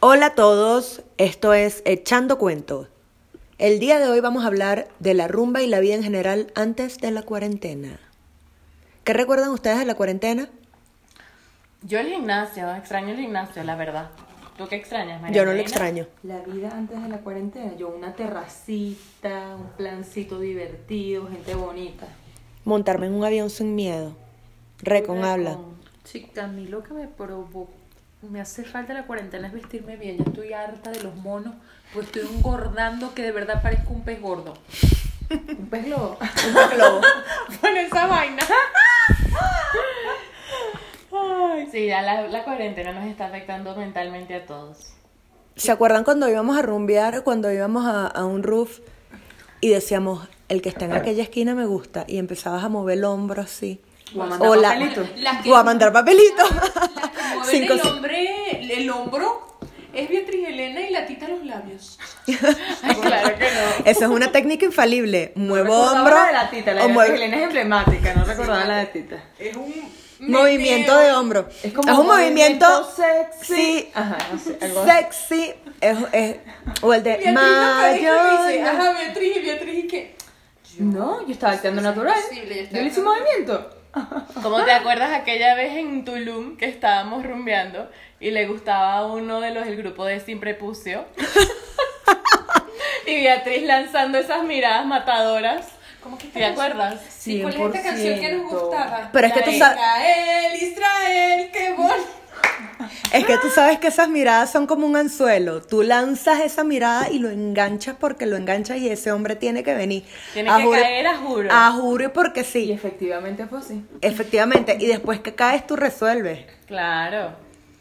Hola a todos, esto es Echando Cuentos. El día de hoy vamos a hablar de la rumba y la vida en general antes de la cuarentena. ¿Qué recuerdan ustedes de la cuarentena? Yo el gimnasio, extraño el gimnasio, la verdad. ¿Tú qué extrañas, María? Yo no lo Elena? extraño. La vida antes de la cuarentena, yo una terracita, un plancito divertido, gente bonita. Montarme en un avión sin miedo. Re con habla. Chica, a mí lo que me provoca, me hace falta la cuarentena es vestirme bien. Yo estoy harta de los monos, pues estoy engordando que de verdad parezco un pez gordo. Un pez globo. Con esa vaina. Sí, ya la, la cuarentena nos está afectando mentalmente a todos. ¿Se acuerdan cuando íbamos a rumbear, cuando íbamos a, a un roof y decíamos, el que está en aquella esquina me gusta? Y empezabas a mover el hombro así. O a mandar la- papelito. Las que- o a mandar papelito. Mueven Cinco, el, sí. hombre, el hombro es Beatriz Elena y la tita los labios. Ay, claro que no. Esa es una técnica infalible. Muevo Recordaba hombro. La de la tita, la o de muevo- Elena es emblemática, no recordaba la de tita. Es un Movimiento meneo. de hombro. Es como un un movimiento, movimiento sexy. Sí. Ajá, no sé, algo así. sexy. Es, es- o el de Beatriz Mayor. Dice, mayor. Ajá, Beatriz y Beatriz y que. No, yo estaba actuando natural. imposible, yo Yo estaba le hice un movimiento. ¿Cómo te acuerdas aquella vez en Tulum que estábamos rumbeando y le gustaba a uno de los del grupo de Sin Prepucio? y Beatriz lanzando esas miradas matadoras. ¿Cómo que esta ¿Te canción? acuerdas? Sí, ¿cuál es esta canción que nos 100%. gustaba? Pero es que La tú de sabes- Israel, Israel, qué bonito. Es que tú sabes que esas miradas son como un anzuelo. Tú lanzas esa mirada y lo enganchas porque lo enganchas y ese hombre tiene que venir. Tiene que caer a juro. A juro porque Ah, Y sí. efectivamente fue así. Efectivamente. Y después que caes, tú resuelves. Claro.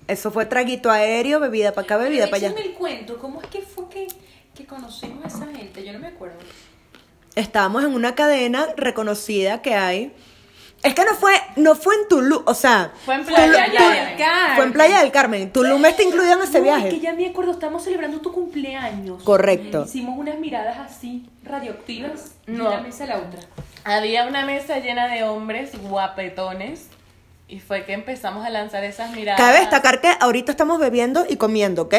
Eso fue traguito aéreo, bebida para acá, bebida para allá. Échame el cuento, ¿cómo es que fue que, que conocimos a esa gente? Yo no me acuerdo. estábamos en una cadena reconocida que hay. Es que no fue, no fue en Tulum, o sea, Fue en Playa Tulum- del Tulum- Carmen. Fue en Playa del Carmen. Tulum está incluido en ese No, viaje. Es que ya me acuerdo, estamos celebrando tu cumpleaños. Correcto. Hicimos unas miradas así, radioactivas, de No. una mesa a la otra. Había una mesa llena de hombres guapetones y fue que empezamos a lanzar esas miradas. Cabe destacar que ahorita estamos bebiendo y comiendo, ¿ok?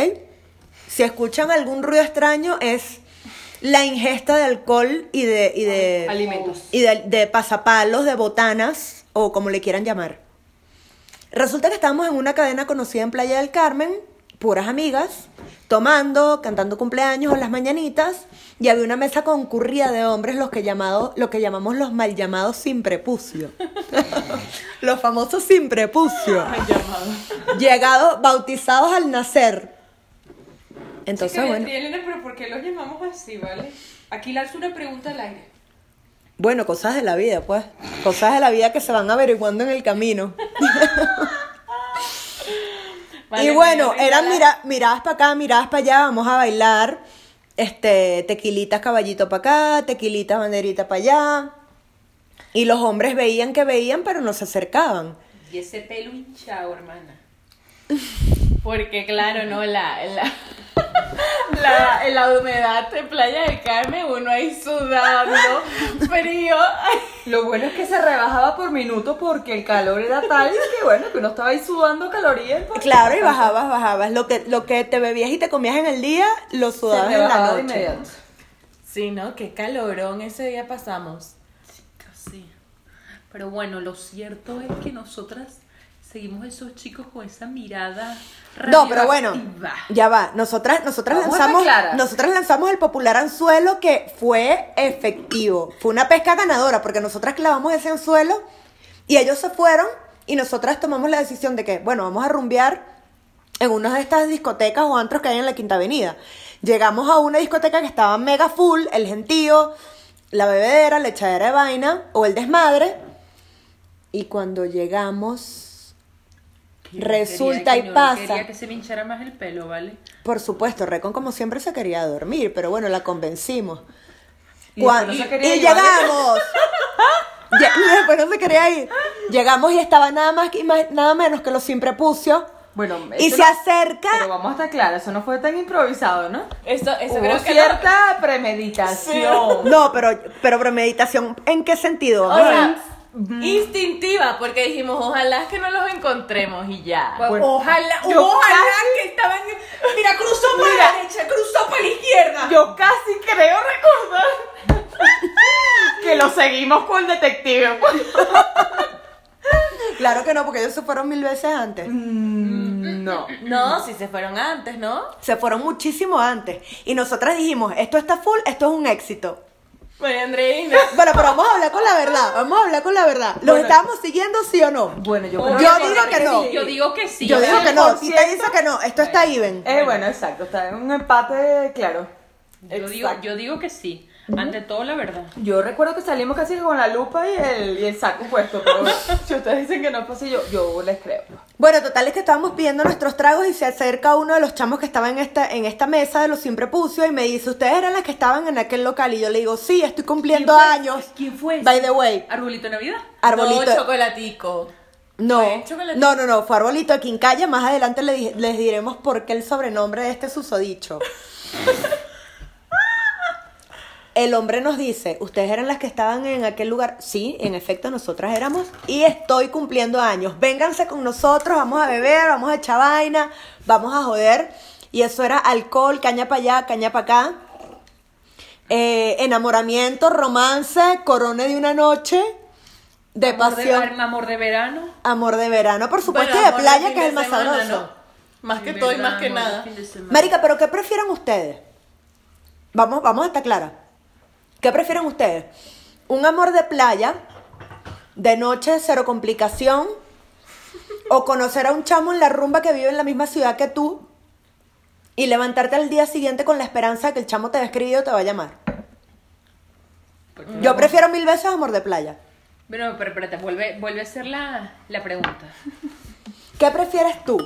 Si escuchan algún ruido extraño es la ingesta de alcohol y de y de Alimentos. y de, de pasapalos, de botanas o como le quieran llamar. Resulta que estábamos en una cadena conocida en Playa del Carmen, puras amigas, tomando, cantando cumpleaños o las mañanitas y había una mesa concurrida de hombres los que llamado lo que llamamos los mal llamados sin prepucio. los famosos sin prepucio llegados, bautizados al nacer. Entonces, bueno, Elena, pero ¿por qué los llamamos así, vale? Aquí lanzo una pregunta al aire. bueno, cosas de la vida, pues. Cosas de la vida que se van averiguando en el camino. Vale, y bueno, señores, eran ya la- mira, miradas para acá, miradas para allá, vamos a bailar. Este, tequilitas caballito para acá, tequilitas banderita para allá. Y los hombres veían que veían, pero no se acercaban. Y ese pelo hinchado, hermana. Porque claro, no, la, la, la, la humedad de Playa del Carmen, uno ahí sudando, frío. Lo bueno es que se rebajaba por minuto porque el calor era tal que bueno, que uno estaba ahí sudando calorías. porque- Claro, y bajabas, bajabas. Lo que, lo que te bebías y te comías en el día, lo Se sudabas en la rebajaba de noche. inmediato. Sí, ¿no? Qué calorón ese día pasamos. Casi. Pero bueno, lo cierto es que nosotras seguimos esos chicos con esa mirada No, pero bueno, radioactiva. ya va. Nosotras, nosotras Vamos a lanzamos, estar claras. nosotras lanzamos el popular anzuelo que fue efectivo. Fue una pesca ganadora, porque nosotras clavamos ese anzuelo y ellos se fueron y nosotras tomamos la decisión de que, bueno, vamos a rumbear en una de estas discotecas o antros que hay en la Quinta Avenida. Llegamos a una discoteca que estaba mega full, el gentío, la bebedera, la echadera de vaina o el desmadre. Y cuando llegamos, Que yo resulta quería- y que yo no pasa. Quería que se me hinchara más el pelo, ¿vale? Por supuesto, Recon como siempre se quería dormir, pero bueno, la convencimos. Y después Cuan- no Y, se quería y ir, ¿vale? llegamos. Ya- y después no se quería ir. Llegamos y estaba nada más que- más- nada menos que los sin prepucio. Bueno, Y eso se no- acerca. Pero vamos a estar claros, eso no fue tan improvisado, ¿no? Eso, eso Hubo creo que lo- cierta premeditación. No, pero, pero premeditación, ¿en qué sentido? o sea, instintiva, porque dijimos, ojalá que no los encontremos y ya. Pues, Bueno, ojalá, yo ojalá casi- que estaban. Mira, mira, cruzó para la derecha, cruzó para la izquierda. Yo casi creo recordar que lo seguimos con el detective. pues. Claro que no, porque ellos se fueron mil veces antes. Mm, No. No, si se fueron antes, ¿no? Se fueron muchísimo antes. Y nosotras dijimos, esto está full, esto es un éxito. María Andreina. Bueno, pero vamos a hablar con la verdad, vamos a hablar con la verdad. ¿Los estábamos siguiendo, sí o no? Bueno, yo Yo creo digo que no. Yo digo que sí. Yo digo que no, si te 100%. dice que no, esto está even. Eh, bueno, exacto, está en un empate claro. Yo digo, Exacto. yo digo que sí. Ante todo, la verdad. Yo recuerdo que salimos casi que con la lupa y el, y el saco puesto, pero si ustedes dicen que no es yo, yo les creo. Bueno, total es que estábamos pidiendo nuestros tragos y se acerca uno de los chamos que estaba en esta, en esta mesa de los sin prepucio y me dice, ¿ustedes eran las que estaban en aquel local? Y yo le digo, sí, estoy cumpliendo ¿Quién fue? pues, años. ¿Quién fue? By the way, Arbolito de Navidad. arbolito. No, chocolatico. No, Fue chocolate. no, no, no, fue Arbolito de Quincalla. Más adelante le di- les diremos por qué el sobrenombre de este susodicho. El hombre nos dice, ustedes eran las que estaban en aquel lugar. Sí, en efecto, nosotras éramos. Y estoy cumpliendo años. Vénganse con nosotros, vamos a beber, vamos a echar vaina, vamos a joder. Y eso era alcohol, caña para allá, caña para acá. Eh, enamoramiento, romance, corone de una noche, de Amor de, pasión. amor de verano. Amor de verano, por supuesto, Bueno, y de amor, playa, fin que es de el más semana, sabroso. no. Más que De todo y verano, más que nada. fin de semana. Marica, pero ¿qué prefieren ustedes? Vamos, vamos a estar clara. ¿Qué prefieren ustedes? ¿Un amor de playa, de noche, cero complicación? ¿O conocer a un chamo en la rumba que vive en la misma ciudad que tú? Y levantarte al día siguiente con la esperanza de que el chamo te va a escribir o te va a llamar. Yo prefiero mil veces amor de playa. Pero, pero, espérate, vuelve, vuelve a hacer la, la pregunta. ¿Qué prefieres tú?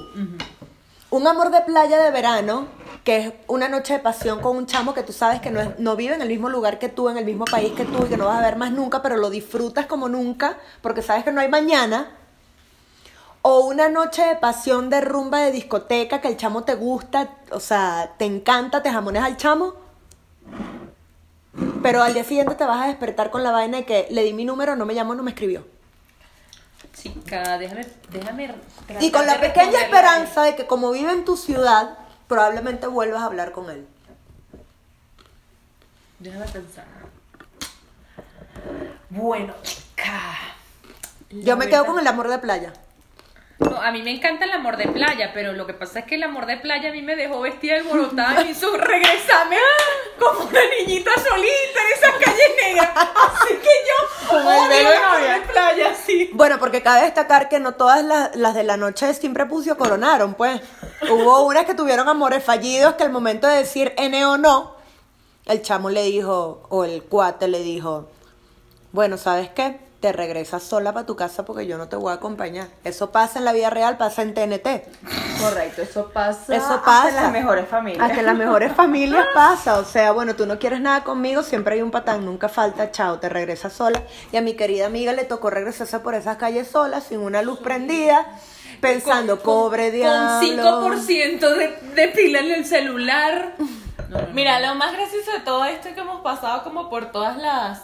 ¿Un amor de playa de verano, que es una noche de pasión con un chamo que tú sabes que no, es- no vive en el mismo lugar que tú, en el mismo país que tú y que no vas a ver más nunca, pero lo disfrutas como nunca porque sabes que no hay mañana? ¿O una noche de pasión de rumba de discoteca que el chamo te gusta, o sea, te encanta, te jamones al chamo? Pero al día siguiente te vas a despertar con la vaina de que le di mi número, no me llamó, no me escribió. Chica, déjame, déjame. Y con la tratar de pequeña responderle. esperanza de que como vive en tu ciudad, probablemente vuelvas a hablar con él. Déjame pensar. Bueno, chica. Yo me quedo con el amor de playa. No, a mí me encanta el amor de playa, pero lo que pasa es que el amor de playa a mí me dejó vestida alborotada y me hizo regresarme ¡ah! como una niñita solita en esas calles negras. Así que yo Con el odio velo de el amor novia. de playa, sí. Bueno, porque cabe destacar que no todas las, las de la noche sin prepucio coronaron, pues. Hubo unas que tuvieron amores fallidos que al momento de decir N o no, el chamo le dijo, o el cuate le dijo, bueno, ¿sabes qué? Te regresas sola para tu casa porque yo no te voy a acompañar. Eso pasa en la vida real, pasa en TNT. Correcto, eso pasa. Eso hasta pasa. en las mejores Hasta familias. en las mejores familias pasa. O sea, bueno, tú no quieres nada conmigo, siempre hay un patán, nunca falta, chao, te regresas sola. Y a mi querida amiga le tocó regresarse por esas calles sola, sin una luz prendida, pensando, pobre diablo. Con 5% de, de pila en el celular. Mira, lo más gracioso de todo esto es que hemos pasado como por todas las...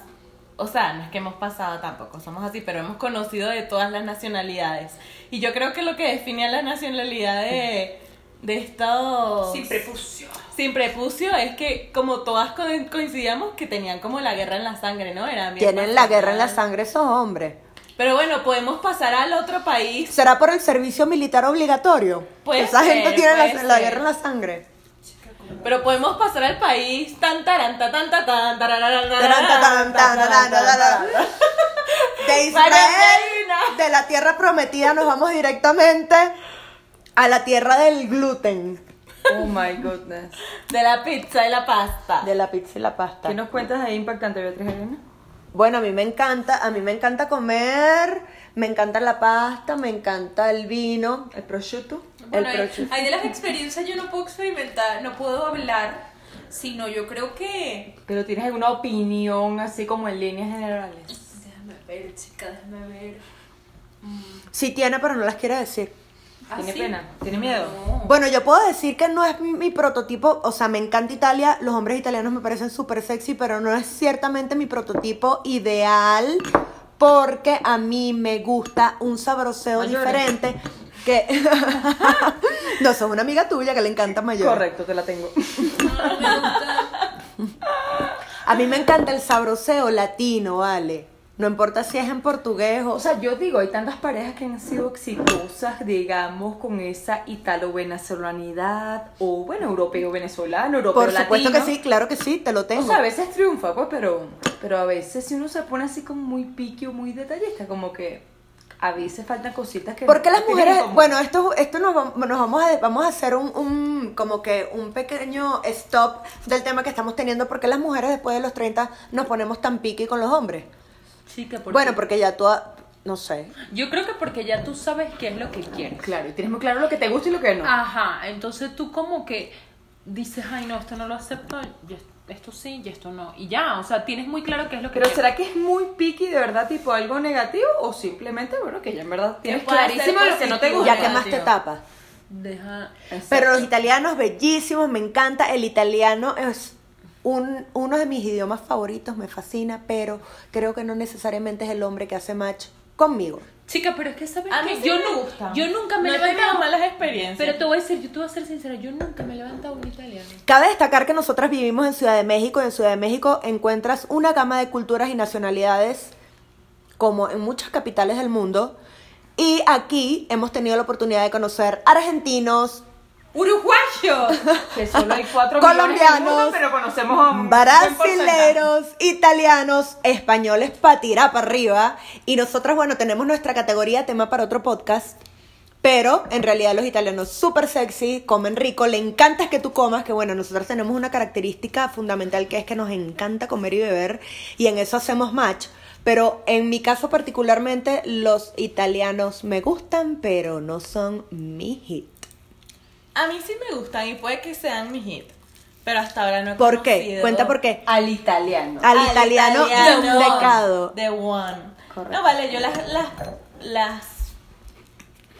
O sea, no es que hemos pasado tampoco, somos así, pero hemos conocido de todas las nacionalidades. Y yo creo que lo que define a la nacionalidad de, de estos... Sin prepucio. Sin prepucio es que como todas co- coincidíamos que tenían como la guerra en la sangre, ¿no? Era mi Tienen hermana, la guerra en la hermana. sangre esos hombres. Pero bueno, podemos pasar al otro país. ¿Será por el servicio militar obligatorio? Puede Esa ser, gente tiene la, puede la ser. guerra en la sangre. Pero podemos pasar al país tan taranta tan tan tan tararararara. Taran, taran, taran, taran, taran, taran. De Israel, Magdalena. de la tierra prometida, nos vamos directamente a la tierra del gluten. Oh my goodness. de la pizza y la pasta. De la pizza y la pasta. ¿Qué nos cuentas ahí impactante, Beatriz Elena? Bueno, a mí me encanta, a mí me encanta comer, me encanta la pasta, me encanta el vino, El prosciutto. Bueno, el hay, prosciutto. hay de las experiencias yo no puedo experimentar, no puedo hablar, sino yo creo que... Pero tienes alguna opinión así como en líneas generales. Déjame ver, chica, déjame ver. Sí tiene, pero no las quiere decir. ¿Ah, ¿Tiene sí? pena? ¿Tiene miedo? No. Bueno, yo puedo decir que no es mi, mi prototipo, o sea, me encanta Italia, los hombres italianos me parecen súper sexy, pero no es ciertamente mi prototipo ideal porque a mí me gusta un sabroseo Mayores. diferente que no sos una amiga tuya que le encanta mayor. Correcto, te la tengo. A mí me encanta el sabroseo latino, vale. No importa si es en portugués o, O sea, yo digo, hay tantas parejas que han sido exitosas, digamos, con esa italo-venezolanidad, o bueno, por europeo-venezolano, europeo-latino. supuesto que sí, claro que sí, te lo tengo. O sea, a veces triunfa, pues, pero, pero a veces si uno se pone así como muy piqui o muy detallista, como que a veces faltan cositas que... Porque las tienen mujeres, en común. bueno, esto, esto nos, vam- nos vamos, a, vamos a hacer un, un- como que un pequeño stop del tema que estamos teniendo, porque las mujeres después de los 30 nos ponemos tan piqui con los hombres. Chica, ¿por bueno, qué? porque ya toda, no sé. Yo creo que porque ya tú sabes qué es lo que quieres. Claro, y tienes muy claro lo que te gusta y lo que no. Ah, Ajá, entonces tú como que dices, ay no, esto no lo acepto, y es- esto sí y esto no. Y ya, o sea, tienes muy claro qué es lo que Pero quieres. ¿será que es muy piqui de verdad, tipo algo negativo? O simplemente, bueno, que ya en verdad tienes puede ser clarísimo lo que no te positivo, gusta. Ya que más te tío. tapas. Deja... Pero los italianos, bellísimos, me encanta. El italiano es un, uno de mis idiomas favoritos, me fascina, pero creo que no necesariamente es el hombre que hace match conmigo. Chica, pero es que sabes A qué? mí sí yo me nu- gusta. Yo nunca me No he he levantado tenido malas experiencias. Pero te voy a decir, yo te voy a ser sincera, yo nunca me he levantado un italiano. Cabe destacar que nosotras vivimos en Ciudad de México y en Ciudad de México encuentras una gama de culturas y nacionalidades como en muchas capitales del mundo. Y aquí hemos tenido la oportunidad de conocer argentinos, ¡Uruguayo! Que solo hay cuatro Colombianos, millones en el mundo, pero conocemos a un buen porcentaje. brasileros, italianos, españoles para tirar para arriba. Y nosotras, bueno, tenemos nuestra categoría tema para otro podcast. Pero en realidad los italianos súper sexy, comen rico, le encanta que tú comas, que bueno, nosotras tenemos una característica fundamental que es que nos encanta comer y beber y en eso hacemos match. Pero en mi caso particularmente los italianos me gustan, pero no son mi hit. A mí sí me gustan y puede que sean mis hit. Pero hasta ahora no he ¿Por qué? conocido Cuenta por qué. Al italiano. Al, italiano, de un pecado. De one. Correcto. No, vale, yo las, las, las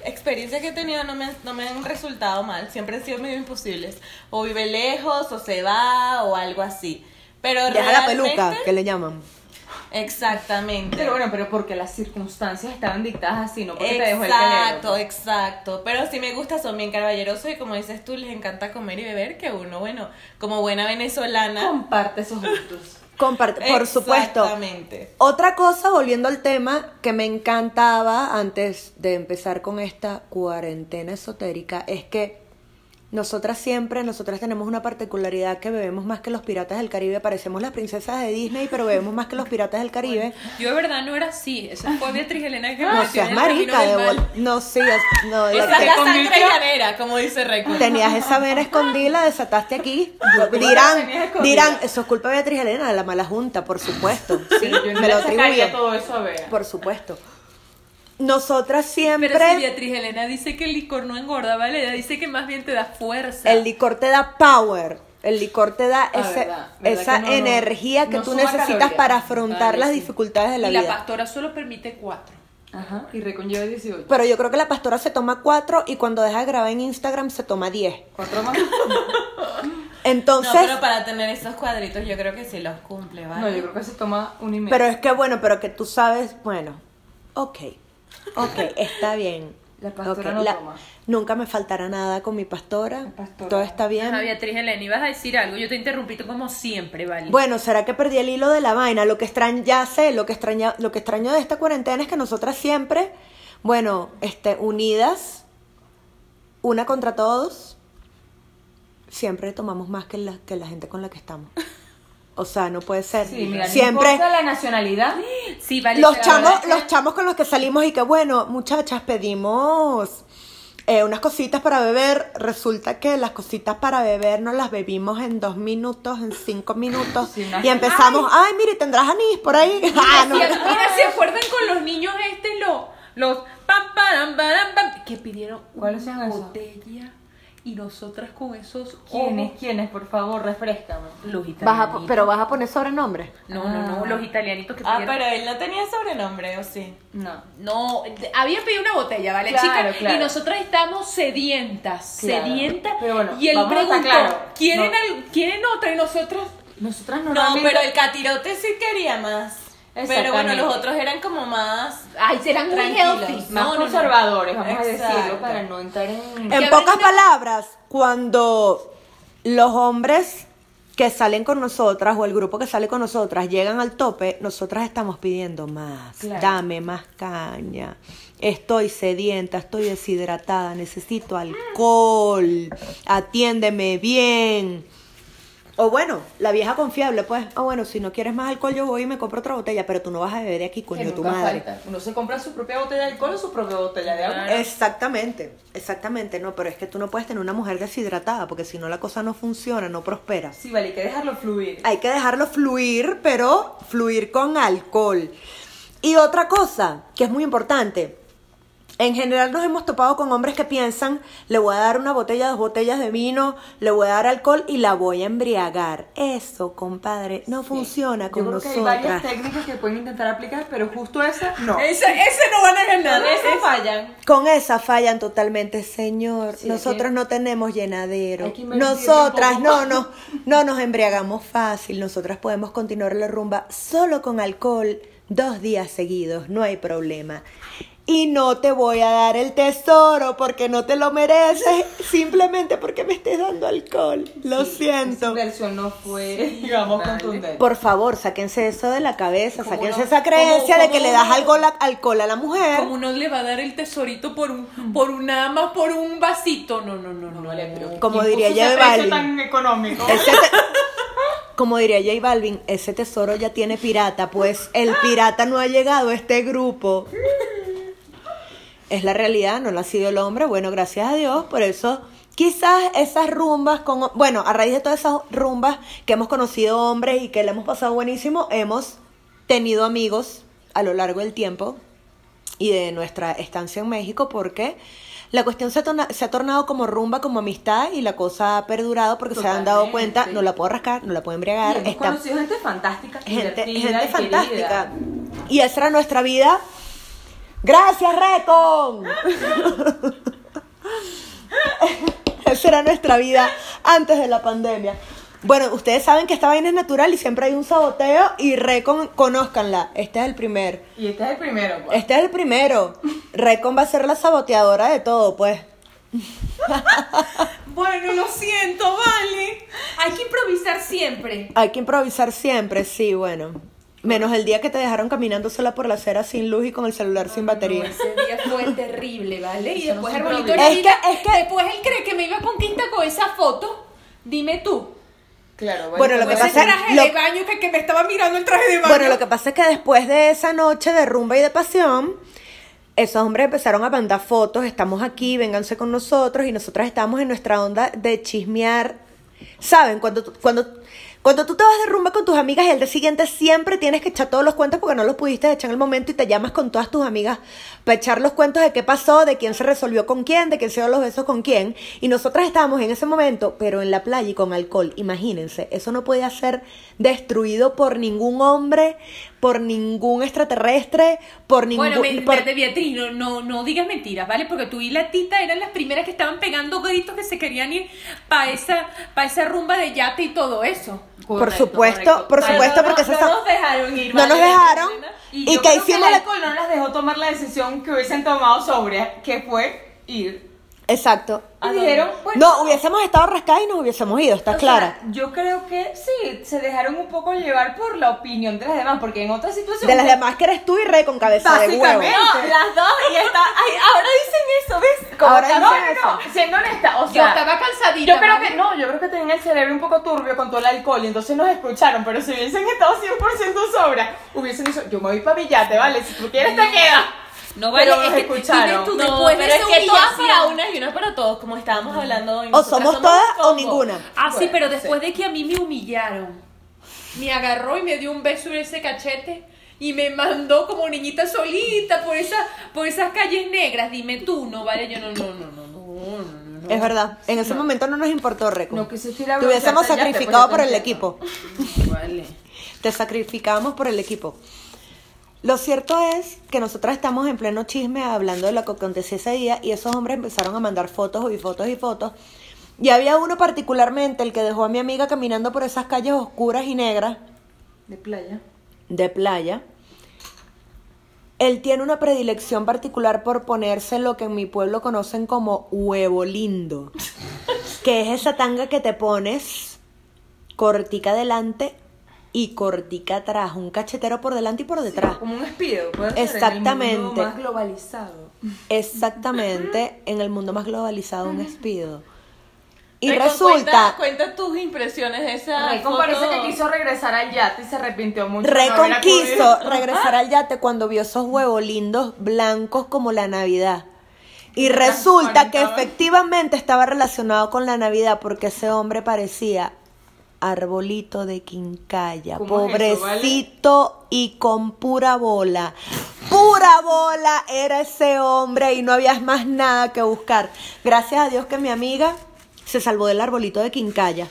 experiencias que he tenido no me, han- no me han resultado mal. Siempre han sido medio imposibles. O vive lejos, o se va, o algo así. Pero Deja la realmente... peluca, que le llaman. Exactamente. Pero bueno, pero porque las circunstancias estaban dictadas así, no porque te dejó el pues. Exacto, pelero. exacto. Pero sí me gusta, son bien caballerosos y como dices tú, les encanta comer y beber, que uno, bueno, como buena venezolana. Comparte esos gustos. Comparte, por supuesto. Exactamente. Otra cosa, volviendo al tema que me encantaba antes de empezar con esta cuarentena esotérica, es que nosotras siempre, nosotras tenemos una particularidad que bebemos más que los piratas del Caribe, parecemos las princesas de Disney, pero bebemos más que los piratas del Caribe. Yo de verdad no era así, eso fue Beatriz Elena que me No Ah, metió en seas el camino marica del de mal. bol- No, sí, es- no, de- Esa es la te- sangre llanera, como dice Reco. Tenías esa vena escondida, la desataste aquí. que la Dirán, tenías escondida. dirán, eso es culpa de Beatriz Elena, de la mala junta, por supuesto. Sí, Yo no me le lo sacaría atribuyo. todo eso a ver. Por supuesto. Nosotras siempre. Pero si Beatriz Elena dice que el licor no engorda, ¿vale? Ella dice que más bien te da fuerza. El licor te da power. El licor te da Ah, ese- verdad, verdad esa que no, no, energía que no tú suma necesitas calorías. para afrontar las Clarísimo. dificultades de la y la vida. pastora solo permite cuatro. Ajá, y reconlleva 18. Pero yo creo que la pastora se toma cuatro y cuando deja de grabar en Instagram se toma diez. Cuatro más. Entonces, no, pero pero, para tener esos cuadritos yo creo que sí los cumple, ¿vale? No, yo creo que se toma un y medio. es que bueno, pero que tú sabes, bueno, ok, ok, está bien. La pastora ok, no toma. Nunca me faltará nada con mi pastora. La pastora. Todo está bien. Ajá, Beatriz Elena, ibas a decir algo, yo te interrumpí tú como siempre, ¿vale? Bueno, ¿será que perdí el hilo de la vaina? Lo que extraño, ya sé, lo que extraña, lo que extraño de esta cuarentena es que nosotras siempre, bueno, este, unidas, una contra todos, siempre tomamos más que la, que la gente con la que estamos. O sea, no puede ser. Sí, mira, no siempre importa la nacionalidad. sí, vale. los pero chamos, ahora- los chamos con los que salimos y que bueno, muchachas, pedimos eh, unas cositas para beber. Resulta que las cositas para beber nos las bebimos en dos minutos, en cinco minutos. Sí, una- y empezamos, ay, mire, tendrás anís por ahí. Ah, no. Mira, mira, ¿se acuerdan con los niños este? Los, los pam, param, param, pam, que pidieron ¿Cuáles una son esos? botella y nosotras con esos ¿Quiénes? ojos, ¿Quiénes? Por favor, refrescame. Los italianitos. Vas a po- pero vas a poner sobrenombre. No, no, no, los italianitos que Ah, pidieron. pero él no tenía sobrenombre, ¿o sí? No. No, de- había pedido una botella, ¿vale, Claro, chicas? claro. Y nosotras estábamos sedientas, Claro. sedientas. Pero bueno, y él vamos a estar preguntó, claro. ¿quieren, No. al- ¿quieren otra? Y nosotros, Nosotras No, normalmente... pero el catirote sí quería más. Pero bueno, Exactamente. los otros eran como más. Ay, serán muy Tranquilos. healthy. Más No, no, no. conservadores, vamos a Exacto. decirlo, para no entrar en... Eh, En ahora pocas tenemos- palabras, cuando los hombres que salen con nosotras o el grupo que sale con nosotras llegan al tope, nosotras estamos pidiendo más. Claro. Dame más caña. Estoy sedienta, estoy deshidratada, necesito alcohol. Atiéndeme bien. O bueno, la vieja confiable, pues, ah, bueno, si no quieres más alcohol, yo voy y me compro otra botella, pero tú no vas a beber de aquí, que coño, tu nunca madre. falta. Uno se compra su propia botella de alcohol o su propia botella de agua. Exactamente, exactamente, no, pero es que tú no puedes tener una mujer deshidratada porque si no la cosa no funciona, no prospera. Sí, vale, hay que dejarlo fluir. Hay que dejarlo fluir, pero fluir con alcohol. Y otra cosa que es muy importante, en general nos hemos topado con hombres que piensan, le voy a dar una botella, dos botellas de vino, le voy a dar alcohol y la voy a embriagar. Eso, compadre, no funciona con Yo creo que hay nosotras. varias técnicas que pueden intentar aplicar, pero justo esa, no. Ese, ese no van a ganar. Esa fallan. Con esa fallan totalmente, señor. Sí, Nosotros hay que- no tenemos llenadero. hay que invertirle Nosotras un no poco. nos, no nos embriagamos fácil. Nosotras podemos continuar la rumba solo con alcohol dos días seguidos. No hay problema. Y no te voy a dar el tesoro porque no te lo mereces, simplemente porque me estés dando alcohol. Lo Esa siento. versión no fue, digamos, vale. contundente. Por favor, sáquense eso de la cabeza, Como sáquense uno- esa creencia de como- que como le das uno- alcohol a, alcohol a la mujer. Como no le va a dar el tesorito por un, por un nada más, por un vasito. No, no, no, no. No vale, pero- Como ¿quién diría puso J ese precio Balvin. tan económico? Ese te- como diría J Balvin, ese tesoro ya tiene pirata, pues el pirata no ha llegado a este grupo. Es la realidad, no lo ha sido el hombre. Bueno, gracias a Dios, por eso quizás esas rumbas con bueno, a raíz de todas esas rumbas que hemos conocido hombres y que le hemos pasado buenísimo, hemos tenido amigos a lo largo del tiempo y de nuestra estancia en México porque la cuestión se ha, torna- se ha tornado como rumba, como amistad y la cosa ha perdurado porque se han dado Totalmente. cuenta, no la puedo rascar, no la puedo embriagar, Hemos está conocido gente fantástica, gente, divertida gente y fantástica. querida. Y esa era nuestra vida. Gracias, Recon. esa era nuestra vida antes de la pandemia. Bueno, ustedes saben que esta vaina es natural y siempre hay un saboteo y Recon, conózcanla. Este es el primer. Y este es el primero, pues. Este es el primero. Recon va a ser la saboteadora de todo, pues. Bueno, lo siento, vale. Hay que improvisar siempre. Hay que improvisar siempre, sí, bueno. Menos el día que te dejaron caminando sola por la acera sin luz y con el celular sin batería. No, ese día fue terrible, ¿vale? Y Eso no después es un Arbolito problema. Orellana- Es que- es que- Después él cree que me iba a conquistar con esa foto. Dime tú. Claro, Bueno, lo con que ese pasa- traje lo- de baño que, que me estaba mirando el traje de baño. Bueno, lo que pasa es que después de esa noche de rumba y de pasión, esos hombres empezaron a mandar fotos, estamos aquí, vénganse con nosotros, y nosotras estábamos en nuestra onda de chismear. ¿Saben? Cuando, tú- cuando, cuando tú te vas de rumba con tus amigas, el día siguiente siempre tienes que echar todos los cuentos porque no los pudiste echar en el momento y te llamas con todas tus amigas para echar los cuentos de qué pasó, de quién se resolvió con quién, de quién se dio los besos con quién. Y nosotras estábamos en ese momento, pero en la playa y con alcohol. Imagínense, eso no podía ser destruido por ningún hombre, por ningún extraterrestre, por ningún... Bueno, me, por- de Beatriz, no, no, no digas mentiras, ¿vale? Porque tú y la tita eran las primeras que estaban pegando gritos que se querían ir para esa, pa' esa rumba de yate y todo eso. por supuesto, por Pero supuesto, no- porque esas no son- nos dejaron ir. No nos ¿vale? dejaron. Y, ¿Y yo qué creo hicimos Que la- el alcohol no las dejó tomar la decisión que hubiesen tomado sobre, que fue ir. Exacto. Y dijeron, bueno, Ah, no, hubiésemos estado rascadas y nos hubiésemos ido, está o clara. sea, yo creo que sí, se dejaron un poco llevar por la opinión de las demás, porque en otras situaciones. de las demás que eres tú y re con cabeza de huevo. Básicamente. las dos, y está. ay, ahora dicen eso, ¿ves? Ahora Como- dicen no, no, no, eso. siendo honesta, o Yo sea. estaba cansadita. Yo creo ¿vale? que no, yo creo que tenían el cerebro un poco turbio con todo el alcohol y entonces nos escucharon, pero si hubiesen estado 100% sobra, hubiesen dicho, yo me voy para Villate, ¿vale? Si tú quieres te quedas. No vale, Pero es nos que escucharon. dime tú, No, después de esa pero es que todas humillación. para unas y unas para todos, como estábamos hablando hoy. O nosotras somos somos todas un o combo. ninguna. Ah, sí, Bueno, pero después de que a mí me humillaron, me agarró y me dio un beso en ese cachete y me mandó como niñita solita por esa, por esas calles negras. Dime tú, no vale, yo no, no, no, no, no, no, no. Es verdad, en ese momento no nos importó, Reco. No quisiste ir a Te hubiésemos broncearte, ya te sacrificado pones por el contenta. equipo. Vale. Te sacrificamos por el equipo. Lo cierto es que nosotras estamos en pleno chisme hablando de lo que aconteció ese día y esos hombres empezaron a mandar fotos y fotos y fotos. Y había uno particularmente, el que dejó a mi amiga caminando por esas calles oscuras y negras De playa. de playa, Él tiene una predilección particular por ponerse lo que en mi pueblo conocen como huevo lindo, que es esa tanga que te pones cortica adelante y cortica atrás, un cachetero por delante y por detrás. Como un espido, puede ser. en el Exactamente. mundo más globalizado. Exactamente, en el mundo más globalizado un despido. Y Rico, resulta, Cuenta, cuenta tus impresiones de esa. Recon foto. parece que quiso regresar al yate y se arrepintió mucho. de no haber reconquisto acudido. regresar al yate cuando vio esos huevos lindos blancos como la Navidad. Y resulta que transparentaban. efectivamente estaba relacionado con la Navidad porque ese hombre parecía arbolito de quincalla, ¿Cómo es eso, vale? pobrecito y con pura bola. Pura bola era ese hombre y no había más nada que buscar. Gracias a Dios que mi amiga se salvó del arbolito de quincalla.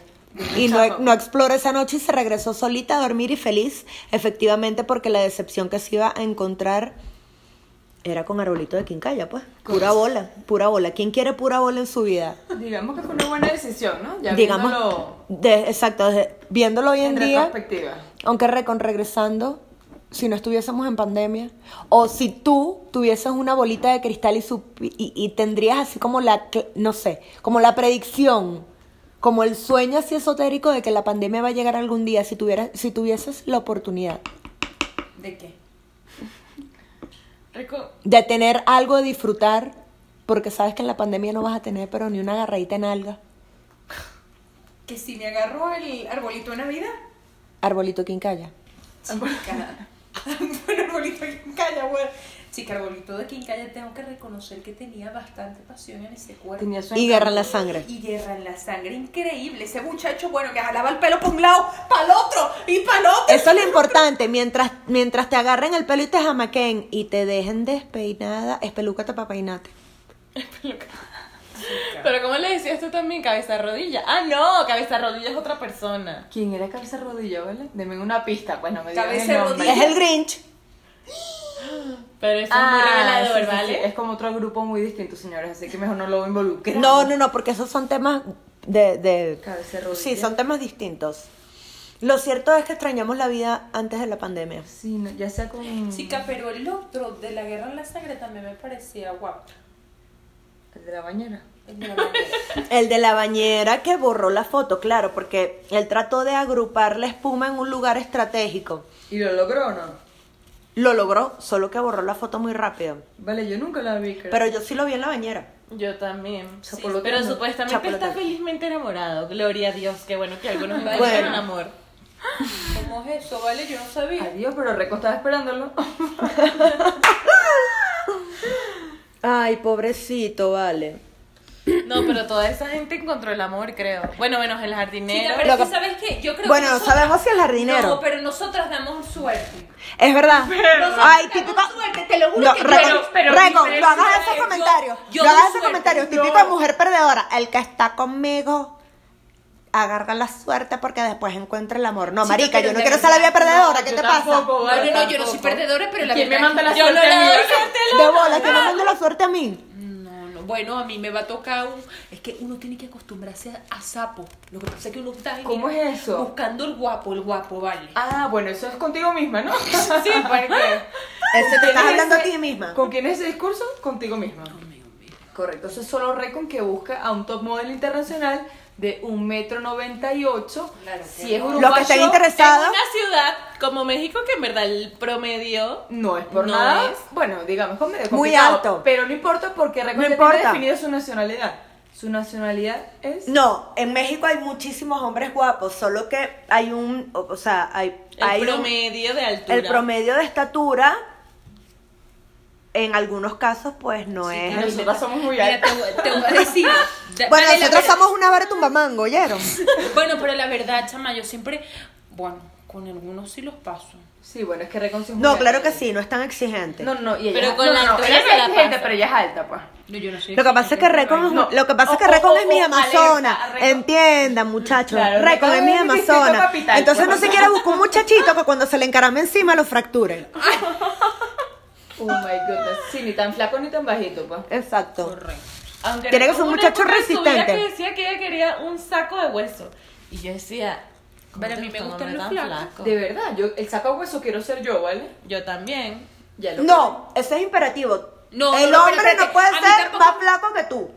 Y no, no exploró esa noche y se regresó solita a dormir y feliz, efectivamente, porque la decepción que se iba a encontrar era con arbolito de quincalla, pues. Pura bola, pura bola. ¿Quién quiere pura bola en su vida? Digamos que fue una buena decisión, ¿no? Ya Digamos, viéndolo de- exacto, de- viéndolo hoy en, en día, retrospectiva. aunque re- con regresando, si no estuviésemos en pandemia, o si tú tuvieses una bolita de cristal y, supi- y, y tendrías así como la, cl- no sé, como la predicción, como el sueño así esotérico de que la pandemia va a llegar algún día, si, tuvieras, si tuvieses la oportunidad ¿De qué? Rico, de tener algo de disfrutar, porque sabes que en la pandemia no vas a tener, pero ni una agarradita en alga, Que si me agarro el arbolito de Navidad. arbolito quincalla. Chica. Bueno, arbolito de quincalla, bueno. Chica, arbolito de quincalla, tengo que reconocer que tenía bastante pasión en ese cuerpo. Tenía su Y guerra en la sangre. Y guerra en la sangre, increíble. Ese muchacho, bueno, me jalaba el pelo para un lado, para el otro y para el otro. Eso es lo importante. Mientras, mientras te agarren el pelo y te jamaquen y te dejen despeinada, espelúcate para peinarte. Pero ¿cómo le decías tú también? Cabeza rodilla. Ah, no, cabeza rodilla es otra persona. ¿Quién era Cabeza Rodilla, vale? Deme una pista, pues no me digas Cabeza el nombre. Rodilla. Es el Grinch. Pero eso Ah, es muy sí, revelador, sí, sí. ¿vale? Es como otro grupo muy distinto, señores, así que mejor no lo involucren. No, no, no, porque esos son temas de... de- Cabeza rodilla. Sí, son temas distintos. Lo cierto es que extrañamos la vida antes de la pandemia. Sí, no, ya sea con... Chica, pero el otro de la guerra en la sangre también me parecía guapo. El de la bañera. El de la bandera. El de la bañera que borró la foto, claro, porque él trató de agrupar la espuma en un lugar estratégico. ¿Y lo logró o no? Lo logró, solo que borró la foto muy rápido. Vale, yo nunca la vi, creo. Pero yo sí lo vi en la bañera. Yo también. Sí, pero Chapoloteando. supuestamente está Chapoloteando. felizmente enamorado. Gloria a Dios, qué bueno que algunos Bueno. encuentran amor. ¿Cómo es eso, vale? Yo no sabía. Adiós, pero Reco estaba esperándolo. Ay, pobrecito, vale. No, pero toda esa gente encontró el amor, creo. Bueno, menos el Chica, jardinero. pero es Lo que que- sabes qué, yo creo Bueno, que no nosotras- sabemos si el jardinero. No, pero nosotras damos suerte. Es verdad. Ay, Nosotras típico. damos suerte, te lo juro No, que Reco, yo- pero Reco, diferente. no hagas Yo- esos comentarios. yo doy no hagas esos suerte, comentarios. no. Típico de mujer perdedora. El que está conmigo agarra la suerte porque después encuentra el amor. No, Sí, marica, pero yo no la quiero ser la vida verdad, perdedora. no, ¿Qué yo te tampoco. pasa? No, no, no, yo no soy perdedora, pero la ¿Quién me verdad manda es la que yo suerte no a le mí, doy vale? suerte a De bola, que me mande la suerte a mí. No, no, bueno, a mí me va a tocar un... Es que uno tiene que acostumbrarse a, a sapo. Lo que pasa es que uno está ahí, ¿Cómo mira, es eso? buscando el guapo, el guapo, vale. Ah, bueno, eso es contigo misma, ¿no? sí, Ese porque... te estás ¿Quién es hablando a ese- ti misma. ¿Con quién es ese discurso? Contigo misma. Correcto, eso es solo Recon que busca a un top model internacional de 1,98m. Claro que si es no. Los que estén uruguayo, interesados. En una ciudad como México, que en verdad el promedio. No es por No nada. es. Bueno, digamos, es medio Muy complicado, alto. Pero no importa porque Recon No ya importa. tiene definida su nacionalidad. Su nacionalidad es. No, en México hay muchísimos hombres guapos, solo que hay un, o o sea, hay, El hay un- promedio de altura. el promedio de estatura, en algunos casos, pues no es. el- Nosotras somos muy Mira, te, altas. voy- te voy a decir... da- vale, Bueno, la nosotros verdad- somos una vara tumbamango, ¿oyeron? Bueno, pero la verdad, chama, yo siempre... Bueno, con algunos sí los paso. Sí, bueno, es que Recon sí es No, muy claro alta. que sí, no es tan exigente. No, no, y ella Pero es- con no, la no, no, altura ella se la es gente, pasa. pero ella es alta, pues. No, yo no soy Lo que pasa es que Recon es, No. lo que pasa es, que O- Recon o- es mis o- amazonas. alerta, Recon. Entiendan, muchachos. Claro, Recon es Recon mis es mi distrito amazonas. capital, Entonces no pues. se quiere buscar un muchachito que cuando se le encarame encima lo fracture. Oh my goodness. Sí, ni tan flaco ni tan bajito, pues. Exacto. Aunque Tiene que hubo ser un una muchacho época en su vida resistente. que decía que ella quería un saco de hueso. Y yo decía. ¿cómo Pero a te mí me gusta un gustan hombre los tan flacos. De verdad, yo el saco hueso quiero ser yo, ¿vale? Yo también. Ya lo No, ese es imperativo. No, el no, no, pero hombre no espérate, puede a mí ser tampoco- más flaco que tú.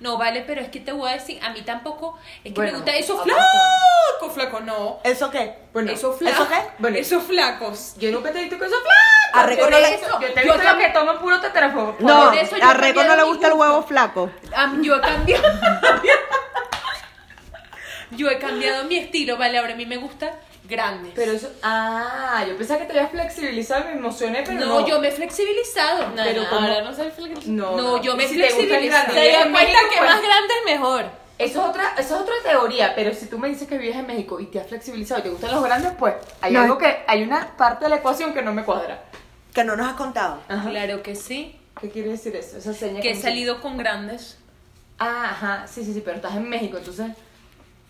No, vale, pero es que te voy a decir, a mí tampoco, es que Bueno, me gusta eso ha flaco, flaco, no. ¿Eso qué? Bueno, Eso ¿eso flaco, qué? Bueno. esos flacos. yo nunca te he dicho que eso es flaco. A Reco no le- Yo te he Yo visto también- que toman puro tetrafobo. No, Por eso yo a Reco no prefiero le mi gusta el gusto. huevo flaco. Am- yo he cambiado. yo he cambiado mi estilo, vale, ahora a mí me gusta grandes. Pero eso. Ah, yo pensaba que te habías flexibilizado, me emocioné, pero no. no, yo me he flexibilizado. No, Pero no, como- ahora no soy flexible. No, No, yo me Si te gusta el flexibilizo. grande, Se vives dio en cuenta México, que pues, más grande es mejor. Eso es, otra, eso es otra teoría, pero si tú me dices que vives en México y te has flexibilizado y te gustan los grandes, pues hay No. algo que. Hay una parte de la ecuación que no me cuadra. Que no nos has contado. Ajá. Claro que sí, ¿Qué quiere decir eso? Esa seña que he como- salido con grandes. Ah, ajá, sí, sí, sí, pero estás en México, entonces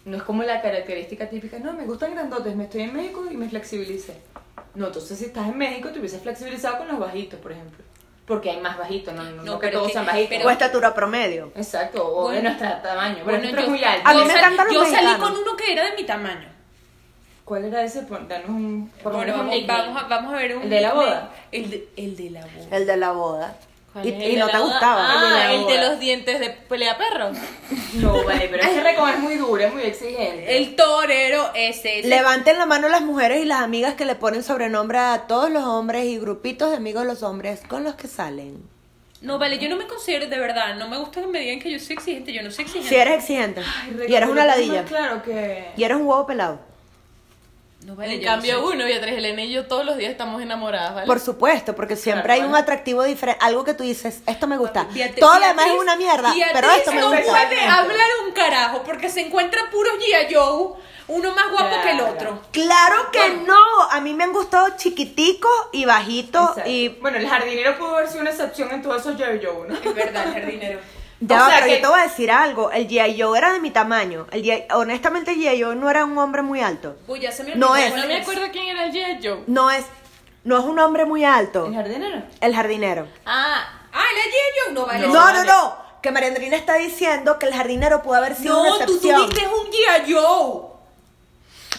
no es como la característica típica, no, me gustan grandotes, me estoy en México y me flexibilicé. No, entonces si estás en México te hubieses flexibilizado con los bajitos, por ejemplo. Porque hay más bajitos, no, no, no, No, que pero todos que- sean bajitos. pero- O estatura promedio. Exacto, o de Bueno. nuestro tamaño, pero Bueno, nosotros muy alto. A mí me sal- encantan los yo salí mexicanos. con uno que era de mi tamaño. ¿Cuál era ese? Pon- Danos un... por lo Bueno, menos un vamos, nickname. vamos a, vamos a ver un. ¿El de la boda? El de, el de la boda. El de la boda. ¿Cuál Y, es el y de no la te boda? gustaba. Ah, El de el la de boda. los dientes de pelea perro. No, vale, pero ese recon es muy duro, es muy Eh. exigente. El torero ese. ese. Levanten la mano las mujeres y las amigas que le ponen sobrenombre a todos los hombres y grupitos de amigos de los hombres con los que salen. No, vale, yo no me considero de verdad. No me gusta que me digan que yo soy exigente. Yo no soy exigente. Si eres exigente Ay, Reco, y eres pero una tú más ladilla Claro que... y eres un huevo pelado. No, vale, En yo no cambio, soy- uno, Beatriz Elena y yo todos los días estamos enamoradas, ¿vale? Por supuesto, porque siempre Claro, hay un bueno. atractivo diferente, algo que tú dices, esto me gusta. Beat- Todo lo demás es Beatriz- una mierda, Beatriz pero esto me no gusta. puede hablar un carajo porque se encuentran puros G.I. Joe, uno más guapo que el Claro. otro. Claro que no, a mí me han gustado chiquiticos y bajitos Exacto. y Bueno, el jardinero pudo haber sido una excepción en todos esos Jerry Joe, ¿no? Es verdad, el jardinero. Ya, O sea pero que- yo te voy a decir algo. El G.I. Joe era de mi tamaño. El G.I. honestamente, el G.I. Joe no era un hombre muy alto. Uy, ya se me No olvidó es. cuál No me acuerdo quién era el G.I. Joe. No es, no es un hombre muy alto. ¿El jardinero? El jardinero. Ah, ah, el G.I. Joe. No, vale. No, no, no. Que Mariandrina está diciendo que el jardinero pudo haber sido una No, tú excepción. tuviste un G.I. Joe.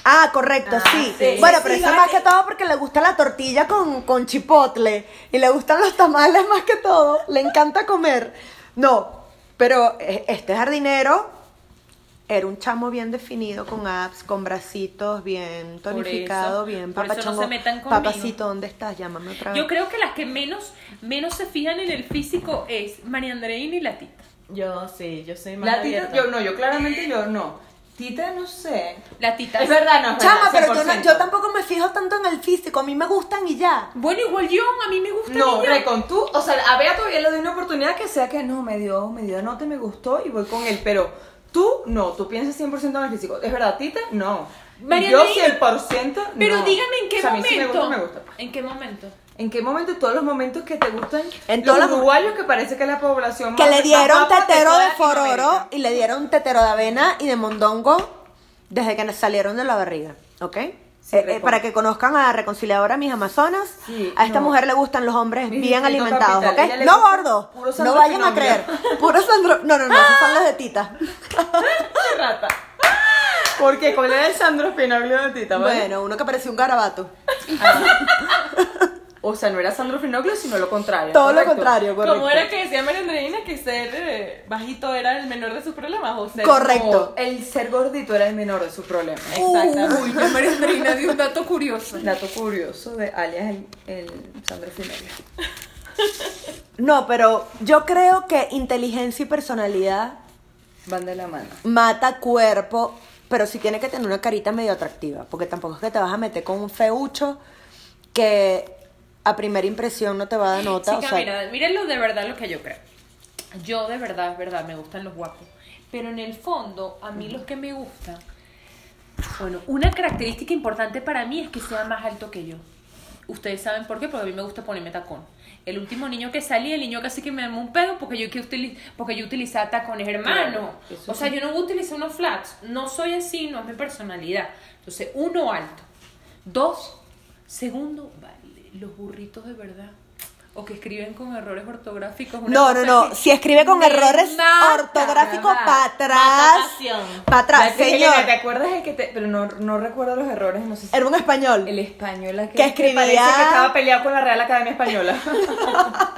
Ah, correcto, sí. sí, Bueno, sí, pero eso vale. más que todo porque le gusta la tortilla con, con chipotle y le gustan los tamales más que todo. Le encanta comer. No, pero eh, este jardinero era un chamo bien definido, con abs, con bracitos, bien tonificado, eso, bien por eso no papachongo. se metan conmigo. Papacito, ¿dónde estás? Llámame otra vez. Ah. Yo creo que las que menos, menos se fijan en el físico es María Andreina y la tita. Yo sí, yo soy más La tita, abierta. yo no, yo claramente yo no. Tita, no sé. La tita. Es verdad, no. es Chama, verdad, pero yo, no- 100%. yo tampoco me fijo tanto en el físico, a mí me gustan y ya. Bueno, igual yo, a mí me gusta No, el niño. Recon, tú, o sea, a Bea todavía le doy una oportunidad que sea que no, me dio, me dio nota, me gustó y voy con él, pero tú no, tú piensas 100% en el físico. ¿Es verdad, Tita? No. María yo Andreina, 100%. Pero no. dígame en qué O sea, a mí momento. sí me gusta, me gusta. pues. ¿En qué momento? ¿En qué momento todos los momentos que te gustan En los todas las- uruguayos que parece que es la población Que más- le más dieron guapa tetero toda de fororo Latinoamérica? y le dieron tetero de avena y de mondongo desde que nos salieron de la barriga, ¿ok? Sí, Eh, eh, recuerdo. para que conozcan a Reconciliadora Mis Amazonas, Sí, a esta no. mujer le gustan los homes Mi bien distrito alimentados, capital, ella ¿ok? le No gusta gordos, puro no Sandro vayan a Finomio. creer. Puro Sandro, no, no, no, esos son los de Tita. rata. Porque con era el Sandro Spinoglio de Tita, ¿vale? Bueno, uno que parecía un garabato. O sea, no era Sandro Spinoglio, sino lo contrario. Todo lo ¿correcto? contrario, correcto. ¿Cómo era que decía María Andreina que ser eh, bajito era el menor de sus problemas? O ser Correcto. O el ser gordito era el menor de su problema. Exactamente. Uy, yo María Andreina dio un dato curioso. Dato curioso de alias el, el Sandro Spinoglio. No, pero yo creo que inteligencia y personalidad Van de la mano. mata cuerpo, pero sí tiene que tener una carita medio atractiva, porque tampoco es que te vas a meter con un feucho que a primera impresión no te va a dar nota. o Chica, sea, mira, mírenlo de verdad lo que yo creo. Yo de verdad, es verdad, me gustan los guapos. Pero en el fondo, a mí los que me gustan, bueno, una característica importante para mí es que sea más alto que yo. Ustedes saben por qué, porque a mí me gusta ponerme tacón. El último niño que salí, el niño casi que me armó un pedo porque yo, que utili- porque yo utilizaba tacones, hermano. Claro, eso o sea, yo no utilizo unos flats. No soy así, no es mi personalidad. Entonces, uno, alto. Dos, segundo, vale, los burritos de verdad. o que escriben con errores ortográficos. una No, no, cosa no. que Si escribe con me errores mata. ortográficos Ajá. para atrás. Matatación. Para atrás, Ya te dije, Elena, ¿Te señor. acuerdas el que te.? Pero no, no recuerdo los errores, no sé si. Era un El español. español aquel Que escribía- parece que estaba peleado con la Real Academia Española.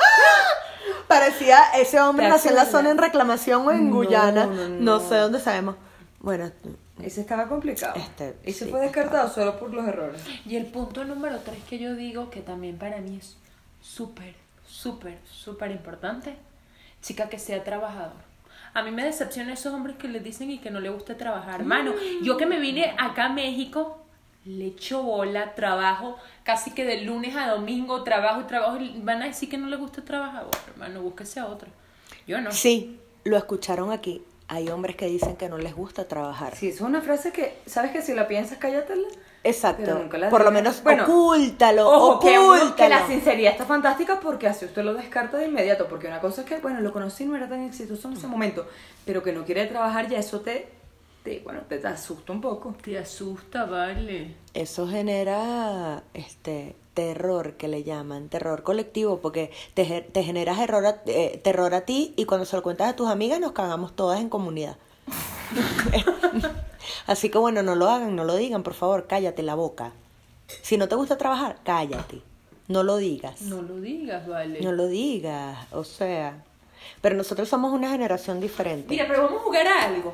Parecía ese hombre ¿Te nació en la acuerdas? zona en reclamación o en No, Guyana. no, No no. sé dónde sabemos. Bueno, Ese estaba complicado. Este, Ese sí, fue descartado solo por los errores. Y el punto número tres que yo digo, que también para mí es súper, súper, súper importante, chica que sea trabajador. A mí me decepciona esos hombres que le dicen y que no le gusta trabajar. Hermano, yo que me vine acá a México, le echo bola, trabajo, casi que de lunes a domingo, trabajo y trabajo. y Van a decir que no le gusta trabajar. Bueno, hermano, búsquese a otro. Yo no. sí, lo escucharon aquí. Hay hombres que dicen que no les gusta trabajar. Sí, eso es una frase que, ¿sabes que si la piensas, cállatela? Pero Exacto. nunca la Por lo digas. menos Bueno, ocúltalo, Ojo, que, uno- que la ocúltalo. sinceridad está fantástica porque así usted lo descarta de inmediato. Porque una cosa es que, bueno, lo conocí, no era tan exitoso en ese momento, pero que no quiere trabajar, ya eso te, te bueno, te, te asusta un poco. Te asusta, vale. Eso genera este terror que le llaman, terror colectivo, porque te, ge- te generas error a- eh, terror a ti y cuando se lo cuentas a tus amigas nos cagamos todas en comunidad. Así que bueno, no lo hagan, no lo digan, por favor, cállate la boca. Si no te gusta trabajar, cállate. No lo digas. No lo digas, vale. No lo digas, o sea. Pero nosotros somos una generación diferente. Mira, pero vamos a jugar a algo.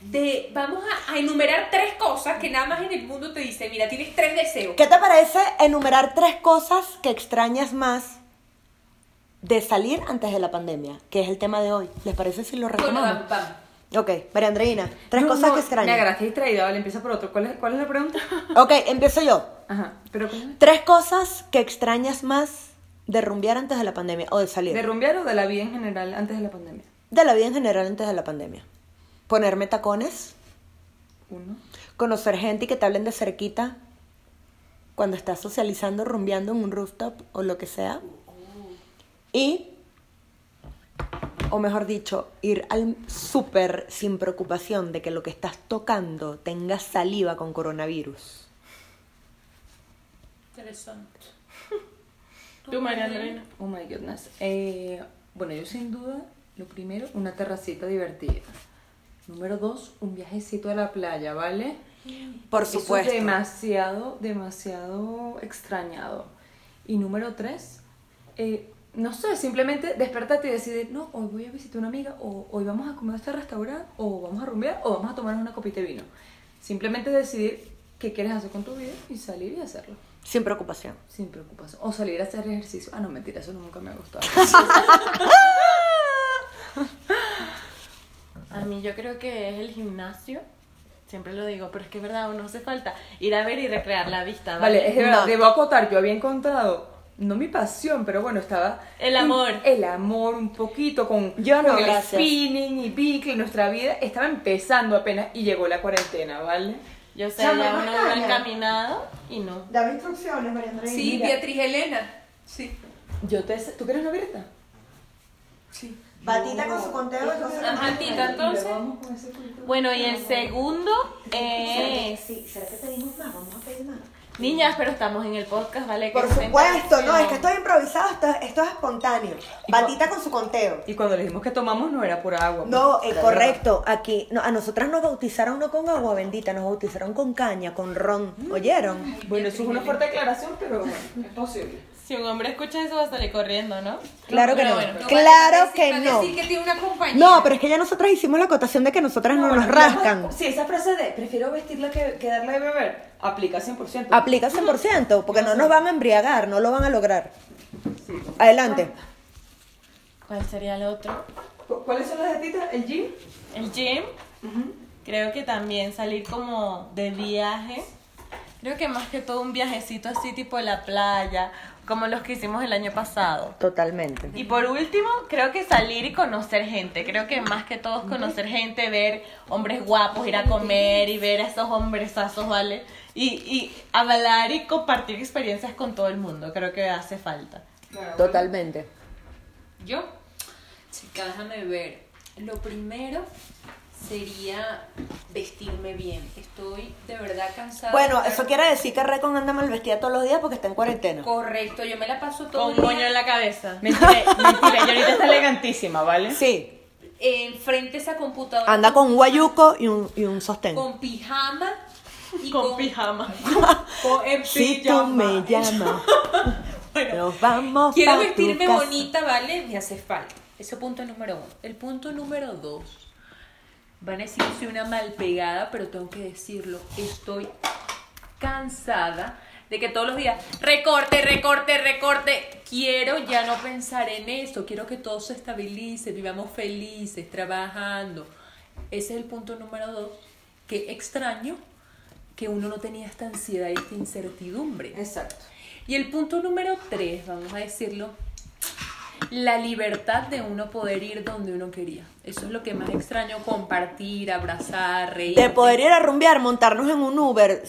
De, vamos a, a enumerar tres cosas que nada más en el mundo te dice, mira, tienes tres deseos. ¿Qué te parece enumerar tres cosas que extrañas más de salir antes de la pandemia? Que es el tema de hoy. ¿Les parece si lo Bueno, retomamos? vamos, vamos. Ok, María Andreina, tres No, cosas no, que Me extrañas. agarraste distraída, vale, empieza por otro. ¿Cuál es, cuál es la pregunta? Ok, empiezo yo. Ajá, pero ¿cómo es? Tres cosas que extrañas más de rumbear antes de la pandemia o de salir. ¿De rumbear o de la vida en general antes de la pandemia? de la vida en general antes de la pandemia. Ponerme tacones, Uno. conocer gente y que te hablen de cerquita cuando estás socializando, rumbeando en un rooftop o lo que sea. Y, o mejor dicho, ir al súper sin preocupación de que lo que estás tocando tenga saliva con coronavirus. Interesante. Tú, María Andreina. Oh my goodness. Eh, bueno, yo sin duda, lo primero, una terracita divertida. Número dos, un viajecito a la playa, ¿vale? Por Eso es supuesto. demasiado, demasiado extrañado. Y número tres, eh, no sé, simplemente despertarte y decidir, no, hoy voy a visitar a una amiga, o hoy vamos a comer a este restaurante, o vamos a rumbear, o vamos a tomar una copita de vino. Simplemente decidir qué quieres hacer con tu vida y salir y hacerlo. Sin preocupación. Sin preocupación. O salir a hacer ejercicio. Ah, no, mentira, eso nunca me ha gustado. A mí yo creo que es el gimnasio. Siempre lo digo, pero es que es verdad, uno hace falta ir a ver y recrear la vista. Vale, Vale, eh, es de verdad, No. debo acotar, yo había encontrado, no mi pasión, pero bueno, estaba... El amor. el amor un poquito con, Yo no, con el gracias. spinning y bicle, nuestra vida estaba empezando apenas y llegó la cuarentena, ¿vale? Yo sé, Chama, ya más uno va caña. encaminado y no. Dame instrucciones, María Andreina. Sí, Beatriz Elena. Sí. Yo te... ¿Tú quieres una abierta? Batita con su conteo. entonces- Ajá, tita, entonces. Bueno, y el segundo es. Sí, ¿será que pedimos más? Vamos a pedir más. Niñas, pero estamos en el podcast, ¿vale? Por Que se supuesto, no, interrumpió. es que esto es improvisado, esto, esto es espontáneo. Batita con su conteo. Y cuando le dijimos que tomamos no era por agua. No, pues, eh, era correcto, aquí, no, a nosotras nos bautizaron no con agua bendita, nos bautizaron con caña, con ron, Mm. ¿oyeron? verdad. Bueno, eso es una fuerte declaración, pero bueno, es posible. Si un hombre escucha eso, va a salir corriendo, ¿no? Claro que Pero no, bueno. va a claro decir- que va a no. decir que tiene una compañía. No, pero es que ya nosotras hicimos la acotación de que nosotras Ah, no, nos Bueno, rascan. Sí, esa frase de prefiero vestirla que, que darla de beber, aplica 100%. Aplica 100%, porque no nos van a embriagar, no lo van a lograr. Adelante. ¿Cuál sería el otro? ¿Cu- ¿Cuáles son las de Tita? ¿El gym? El gym. Creo que también salir como de viaje. Creo que más que todo un viajecito así tipo de la playa, como los que hicimos el año pasado. Totalmente. Y por último, creo que salir y conocer gente. Creo que más que todo es conocer gente, ver hombres guapos, ir a comer y ver a esos hombrezazos, ¿vale? Y, y hablar y compartir experiencias con todo el mundo. Creo que hace falta. Totalmente. Yo, chica, déjame ver. Lo primero sería vestirme bien. Estoy de verdad cansada. Bueno, de estar- eso quiere decir que Recon anda mal vestida todos los días porque está en cuarentena. Correcto, yo me la paso todo Con el un moño día en la cabeza. Mentira, mentira, y ahorita está elegantísima, ¿vale? Sí, enfrente de esa computadora. anda con un guayuco y un, y un sostén. Con pijama. Y Con con, pijama. con- en Si tú pijama. me llamas, nos vamos Quiero pa' tu vestirme casa. bonita, ¿vale? Me hace falta. Ese punto número uno. El punto número dos. Van a decir que soy una mal pegada, pero tengo que decirlo. Estoy cansada de que todos los días recorte, recorte, recorte. Quiero ya no pensar en esto. Quiero que todo se estabilice, vivamos felices, trabajando. Ese es el punto número dos. Que extraño que uno no tenía esta ansiedad y esta incertidumbre. Exacto. Y el punto número tres, vamos a decirlo, la libertad de uno poder ir donde uno quería. Eso es lo que más extraño, compartir, abrazar, reír. De poder ir a rumbear, montarnos en un Uber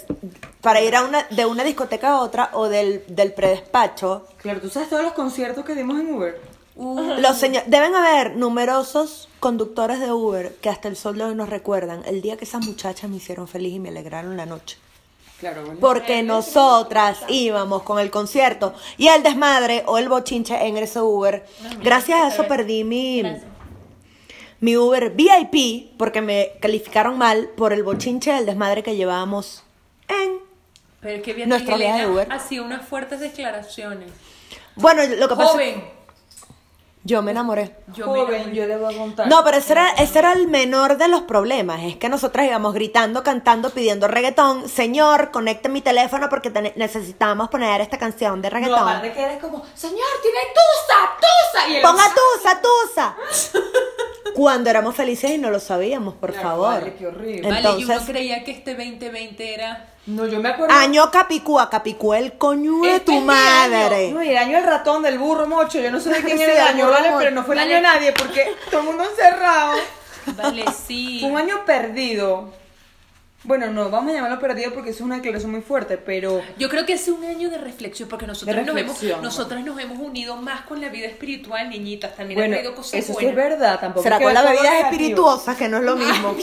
para ir a una, de una discoteca a otra o del, del predespacho. Claro, tú sabes todos los conciertos que dimos en Uber. Uh. Los señor- deben haber numerosos conductores de Uber que hasta el sol de hoy nos recuerdan el día que esas muchachas me hicieron feliz y me alegraron la noche. Claro, bueno. Porque nosotras íbamos con el concierto y el desmadre o el bochinche en ese Uber. Gracias a eso perdí mi, mi Uber VIP porque me calificaron mal por el bochinche del desmadre que llevábamos en. Pero es que Beatriz Nuestra vida de Elena Uber. hacía unas fuertes declaraciones. Bueno, lo que pasa es que Joven, yo me enamoré. yo me Joven, enamoré. yo le voy a contar. No, pero ese era, ese era el menor de los problemas. Es que nosotras íbamos gritando, cantando, pidiendo reggaetón. Señor, conecte mi teléfono porque te- necesitamos poner esta canción de No, reggaetón. aparte que eres como, señor, tiene tusa, tusa. Y él, Ponga tusa, tusa. Cuando éramos felices y no lo sabíamos, por Claro, favor. vale, qué horrible. Vale, Entonces, y uno creía que este 2020 era... No, yo me acuerdo. año Capicúa, Capicúa, el coño de Este tu es mi madre. No, y el año del ratón, del burro, mocho. Yo no sé de quién Sí, era el del año, burro ¿vale? mocho. Pero no fue el Vale. año de nadie porque todo el mundo encerrado. Vale, sí. Fue un año perdido. Bueno, no, vamos a llamarlo perdido porque eso es una declaración muy fuerte, pero. Yo creo que es un año de reflexión, porque nosotros, De nos, hemos, reflexión. nosotras nos hemos unido más con la vida espiritual, niñitas. También han bueno, traído eso cosas sí buenas. es verdad, tampoco. Será es que con las todo lo bebidas negativo. espirituosas, que no Ah, es lo mismo.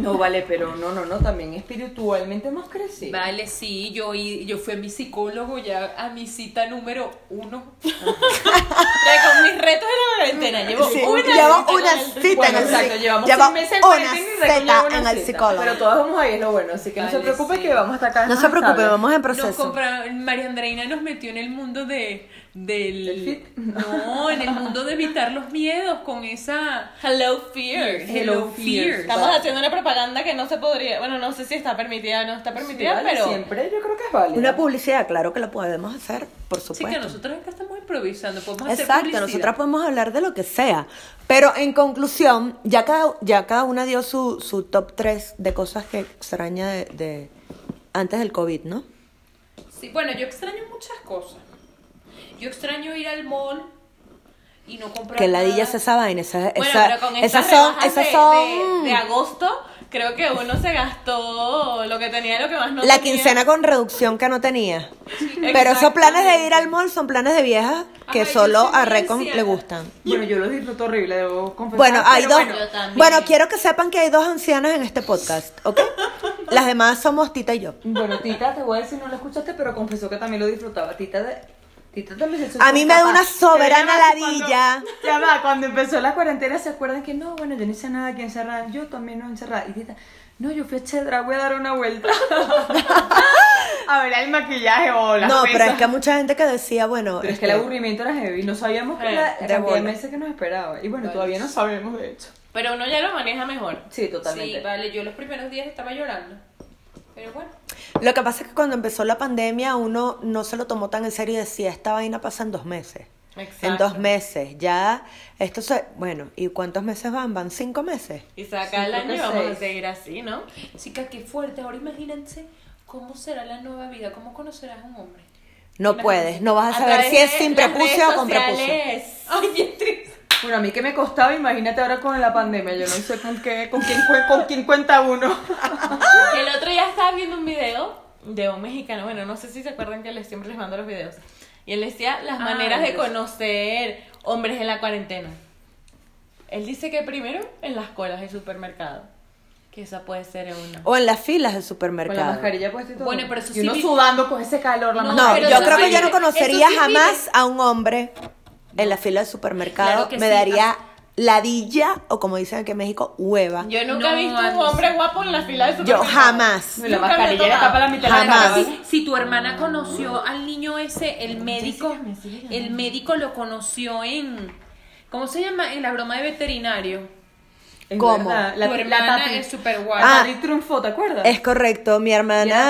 No, vale, pero no, no, no, también espiritualmente hemos crecido. Vale, sí, yo, i- yo fui a mi psicólogo ya a mi cita número uno. Ya con mis retos en la cuarentena. Llevo Sí, una lleva cita con una el- cita Bueno, en el exacto, psic- llevamos lleva seis meses en una cuarentena y Raquel lleva cita una en el cita. psicólogo. Pero todos vamos ahí, es lo bueno, así que no Vale, se preocupen sí. que vamos hasta acá. No se preocupe, estables. vamos en Nos proceso. compraron, María Andreina nos metió en el mundo de ¿Del del fit? no, en el mundo de evitar los miedos con esa Hello Fear. Hello Fear. Estamos haciendo una propaganda que no se podría. Bueno, no sé si está permitida o no está Sí, permitida, vale, pero. Siempre yo creo que es válido. Una publicidad, claro que la podemos hacer, por Sí que supuesto. nosotros acá estamos improvisando, podemos hacer Exacto, publicidad. nosotras podemos hablar de lo que sea. Pero en conclusión, ya cada, ya cada una dio su, su top 3 de cosas que extraña de, de- antes del COVID, ¿no? Sí, bueno, yo extraño muchas cosas. Yo extraño ir al mall y no comprar que ladilla nada. es esa vaina, esa- Bueno, esa- pero con esas estas son, rebajas esas de, son de- de agosto, creo que uno se gastó lo que tenía y lo que más no la tenía. quincena con reducción que no tenía. Pero esos exactamente. planes de ir al mall son planes de viejas que Ay, yo solo soy a muy Recon anciana. le gustan. Bueno, yo lo disfruto horrible, debo confesar. Bueno, hay pero dos. bueno. Ah, yo también. Bueno, quiero que sepan que hay dos ancianas en este podcast, ¿ok? Las demás somos Tita y yo. Bueno, Tita, te voy a decir, no lo escuchaste, pero confesó que también lo disfrutaba. Tita, de- Tita también se A mí me da una soberana ladilla. Ya va, cuando empezó la cuarentena, ¿se acuerdan que no? Bueno, yo no hice nada aquí encerrada. Yo también no encerrada. Y Tita, no, yo fui a Chedra, voy a dar una vuelta. a ver, el maquillaje o las No, pero pesas. es que mucha gente que decía, bueno, Pero es que el aburrimiento era heavy. No sabíamos que Eh, la de cantidad de bola. meses que nos esperaba. Y bueno, todavía no sabemos, de hecho. Pero uno ya lo maneja mejor. Sí, totalmente. Sí, vale, yo los primeros días estaba llorando. Pero bueno. lo que pasa es que cuando empezó la pandemia uno no se lo tomó tan en serio y decía, esta vaina pasa en dos meses. Exacto. En dos meses, ya, esto se, bueno, ¿y cuántos meses van? Van cinco meses. Y saca el creo año que y vamos a seis. seguir así, ¿no? Chica, qué fuerte. Ahora imagínense cómo será la nueva vida, cómo conocerás a un hombre. No Imagínate. puedes, no vas a saber través si es de sin las prepucio redes o con prepucio. sociales. Ay, qué triste. Bueno, a mí que me costaba, imagínate ahora con la pandemia. Yo no sé con qué, con quién, cuen- con quién cuenta uno. El otro día estaba viendo un video de un mexicano, bueno, no sé si se acuerdan que les, siempre les mando los videos. Y él decía las Ah, maneras de gracias. conocer hombres en la cuarentena. Él dice que primero en las colas del supermercado. Que esa puede ser una. O en las filas del Con la supermercado. mascarilla puesta y todo. Bueno, pero eso sí Y uno vi- sudando con ese calor, la No, No, pero yo eso creo que sí yo no vive. conocería Eso sí jamás a un hombre en la fila del Claro supermercado. que Me sí. daría ladilla o como dicen aquí en México, hueva. Yo nunca No, he visto un no sé. hombre guapo en la fila del Yo supermercado. jamás. Y Nunca la me ha mascarilla le tocado. tapa la mitad de la Jamás. cara. Sí, ¿vale? Si tu hermana conoció al niño ese, el médico, el médico lo conoció en, ¿cómo se llama? En la broma de veterinario. Es ¿Cómo? verdad, La, tu la, hermana tati- es súper guay. la Ah. tati triunfó, ¿te acuerdas? Es correcto, mi hermana Era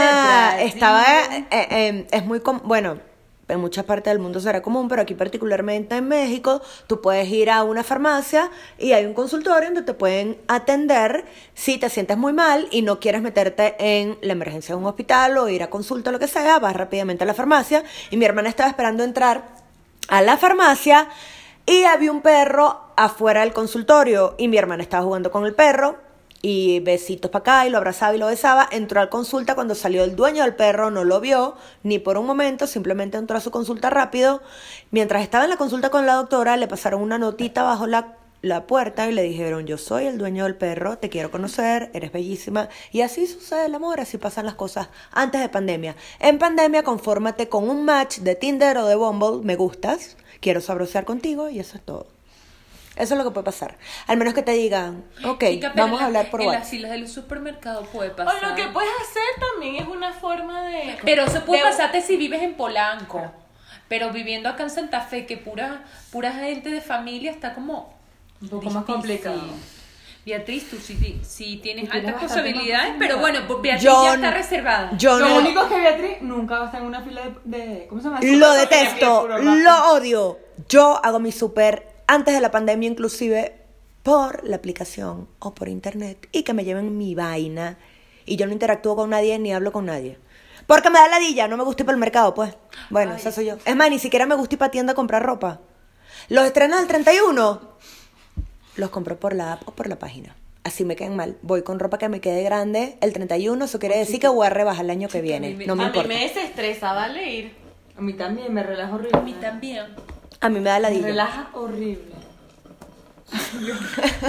de Brasil. estaba, eh, eh, es muy, com- bueno, en muchas partes del mundo será común, pero aquí particularmente en México, tú puedes ir a una farmacia y hay un consultorio donde te pueden atender si te sientes muy mal y no quieres meterte en la emergencia de un hospital o ir a consulta o lo que sea, vas rápidamente a la farmacia y mi hermana estaba esperando entrar a la farmacia y había un perro afuera del consultorio y mi hermana estaba jugando con el perro y besitos para acá y lo abrazaba y lo besaba, entró a la consulta cuando salió el dueño del perro, no lo vio ni por un momento, simplemente entró a su consulta rápido. Mientras estaba en la consulta con la doctora, le pasaron una notita bajo la, la puerta y le dijeron, yo soy el dueño del perro, te quiero conocer, eres bellísima. Y así sucede el amor, así pasan las cosas antes de pandemia. En pandemia, confórmate con un match de Tinder o de Bumble, me gustas, quiero sabrosear contigo y eso es todo. Eso es lo que puede pasar. Al menos que te digan, ok, Chica, pero vamos en a la- hablar por En WhatsApp. las filas del supermercado puede pasar. O lo que puedes hacer también es una forma de. Pero eso puede de- pasarte si vives en Polanco. Pero viviendo acá en Santa Fe, que pura, pura gente de familia está como. Un poco más difícil. complicado. Beatriz, tú sí, ti- sí tienes Tú tienes altas bastante más posibilidades, posibilidades. pero bueno, pues Beatriz Yo ya no- está reservada. Yo Lo no único es que Beatriz nunca va a estar en una fila de... de- ¿Cómo se llama? lo Porque es detesto, puro rato. lo odio. Yo hago mi super antes de la pandemia inclusive por la aplicación o por internet y que me lleven mi vaina y yo no interactúo con nadie ni hablo con nadie. Porque me da ladilla, no me gusta ir para el mercado, pues. Bueno, esa soy yo. Es más, ni siquiera me gusta ir para tienda a comprar ropa. Los estrenos del 31 los compro por la app o por la página. Así me quedan mal. Voy con ropa que me quede grande el 31, eso quiere decir que voy a rebajar el año que viene. No me a importa. mí me desestresa, ¿vale? Ir. A mí también, me relaja horrible. A mí también. A mí me da Me ladilla. relaja horrible. Le comienzo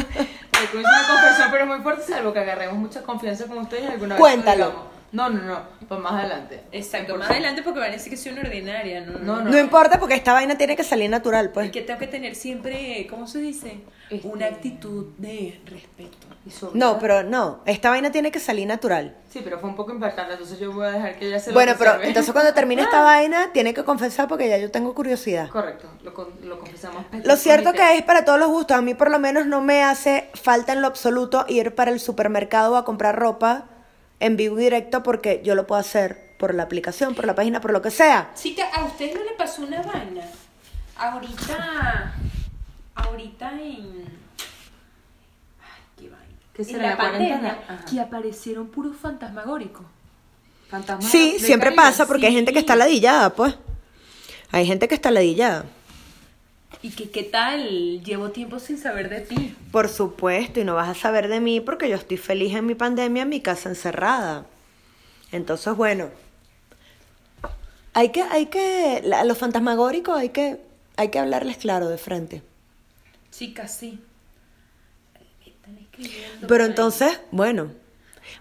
una confesión, pero muy fuerte, salvo que agarremos mucha confianza con ustedes alguna vez. lo Cuéntalo. digamos. No, no, no, pues más adelante. Exacto, Por más favor. adelante porque van a decir que soy una ordinaria, ¿no? No, No importa porque esta vaina tiene que salir natural, Y pues. que tengo que tener siempre, ¿cómo se dice? Este- Una actitud de respeto. Y sobre- No, pero no, esta vaina tiene que salir natural. Sí, pero fue un poco impactante, entonces yo voy a dejar que ella se lo Bueno, pero observe. entonces cuando termine esta vaina, tiene que confesar porque ya yo tengo curiosidad. Correcto, lo, con- lo confesamos. Pues, Lo cierto que es para todos los gustos, a mí por lo menos no me hace falta en lo absoluto ir para el supermercado a comprar ropa en vivo y directo porque yo lo puedo hacer por la aplicación, por la página, por lo que sea. Chica, ¿a usted no le pasó una vaina? Ahorita, ahorita en... Ay, qué vaina. ¿Qué en será, la la pandemia, cuarentena? Ajá. que aparecieron puros fantasmagóricos. Fantasma Sí, de siempre Caribe. pasa porque hay gente que está ladillada, pues. Hay gente que está ladillada. Y que, ¿qué tal? Llevo tiempo sin saber de ti. Por supuesto, y no vas a saber de mí porque yo estoy feliz en mi pandemia, en mi casa encerrada. Entonces, bueno, hay que, hay que, la- los fantasmagóricos hay que, hay que hablarles claro de frente. Chica, sí. Ay, me están escribiendo por Pero ahí. entonces, bueno,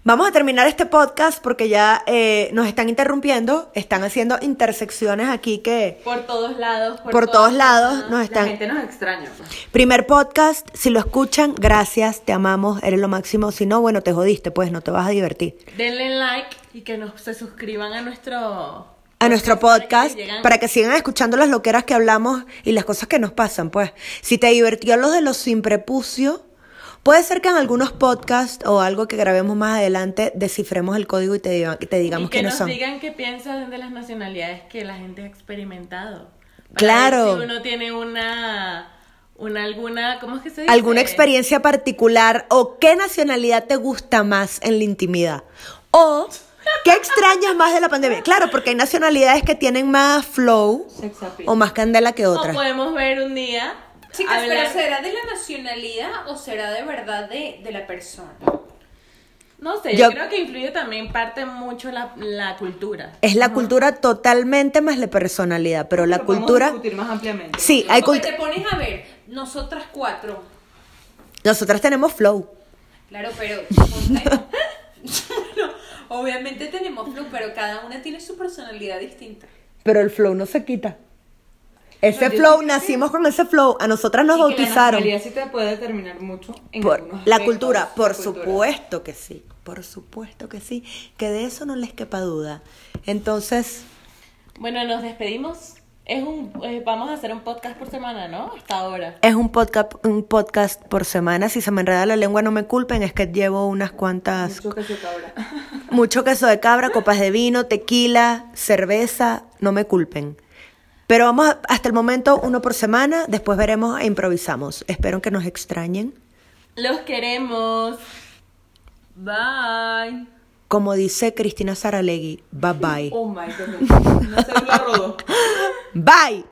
vamos a terminar este podcast porque ya eh, nos están interrumpiendo, están haciendo intersecciones aquí que Por todos lados. por, Por, todos todas- lados nos La están... gente nos extraña. pues. Primer podcast, si lo escuchan, gracias, te amamos, eres lo máximo. Si no, bueno, te jodiste, pues no te vas a divertir. Denle like y que nos, se suscriban a nuestro. a nuestro podcast llegan. para que sigan escuchando las loqueras que hablamos y las cosas que nos pasan, pues. Si te divirtió los de los sin prepucio, puede ser que en algunos podcasts o algo que grabemos más adelante descifremos el código y te, diga- y te digamos y que quiénes nos son. digan qué piensan de las nacionalidades que la gente ha experimentado. Para Claro. ver si uno tiene una. Una alguna. ¿Cómo es que se dice? ¿Alguna experiencia particular o qué nacionalidad te gusta más en la intimidad? O qué extrañas más de la pandemia. Claro, porque hay nacionalidades que tienen más flow Sex appeal. o más candela que O otras. podemos ver un día. Chicas, hablar- ¿pero será de la nacionalidad o será de verdad de, de la persona? No sé, yo, Yo- creo que influye también parte mucho la, la cultura. Es la cultura totalmente más la personalidad, pero la Lo podemos cultura... discutir más ampliamente. Sí, hay Porque cultu- te pones a ver, nosotras cuatro, Nosotras tenemos flow. Claro, pero ponte- No, obviamente tenemos flu, pero cada una tiene su personalidad distinta. Pero el flow no se quita. Ese flow, nacimos con ese flow. A nosotras nos Y que bautizaron. La nacionalidad sí te puede determinar mucho en Por- algunos la aspectos, cultura, por la cultura. supuesto que sí. Por supuesto que sí. Que de eso no les quepa duda. Entonces, Bueno, nos despedimos. Es un, eh, vamos a hacer un podcast por semana, ¿no? Hasta ahora. es un podcast, un podcast por semana. Si se me enreda la lengua, no me culpen. Es que llevo unas cuantas. Mucho que se cabra. Mucho queso de cabra, copas de vino, tequila, cerveza. No me culpen. Pero vamos a- hasta el momento uno por semana. Después veremos e improvisamos. Espero que nos extrañen. Los queremos. Bye. Como dice Cristina Saralegui, bye bye. Oh my god. Una célula rodó. Bye.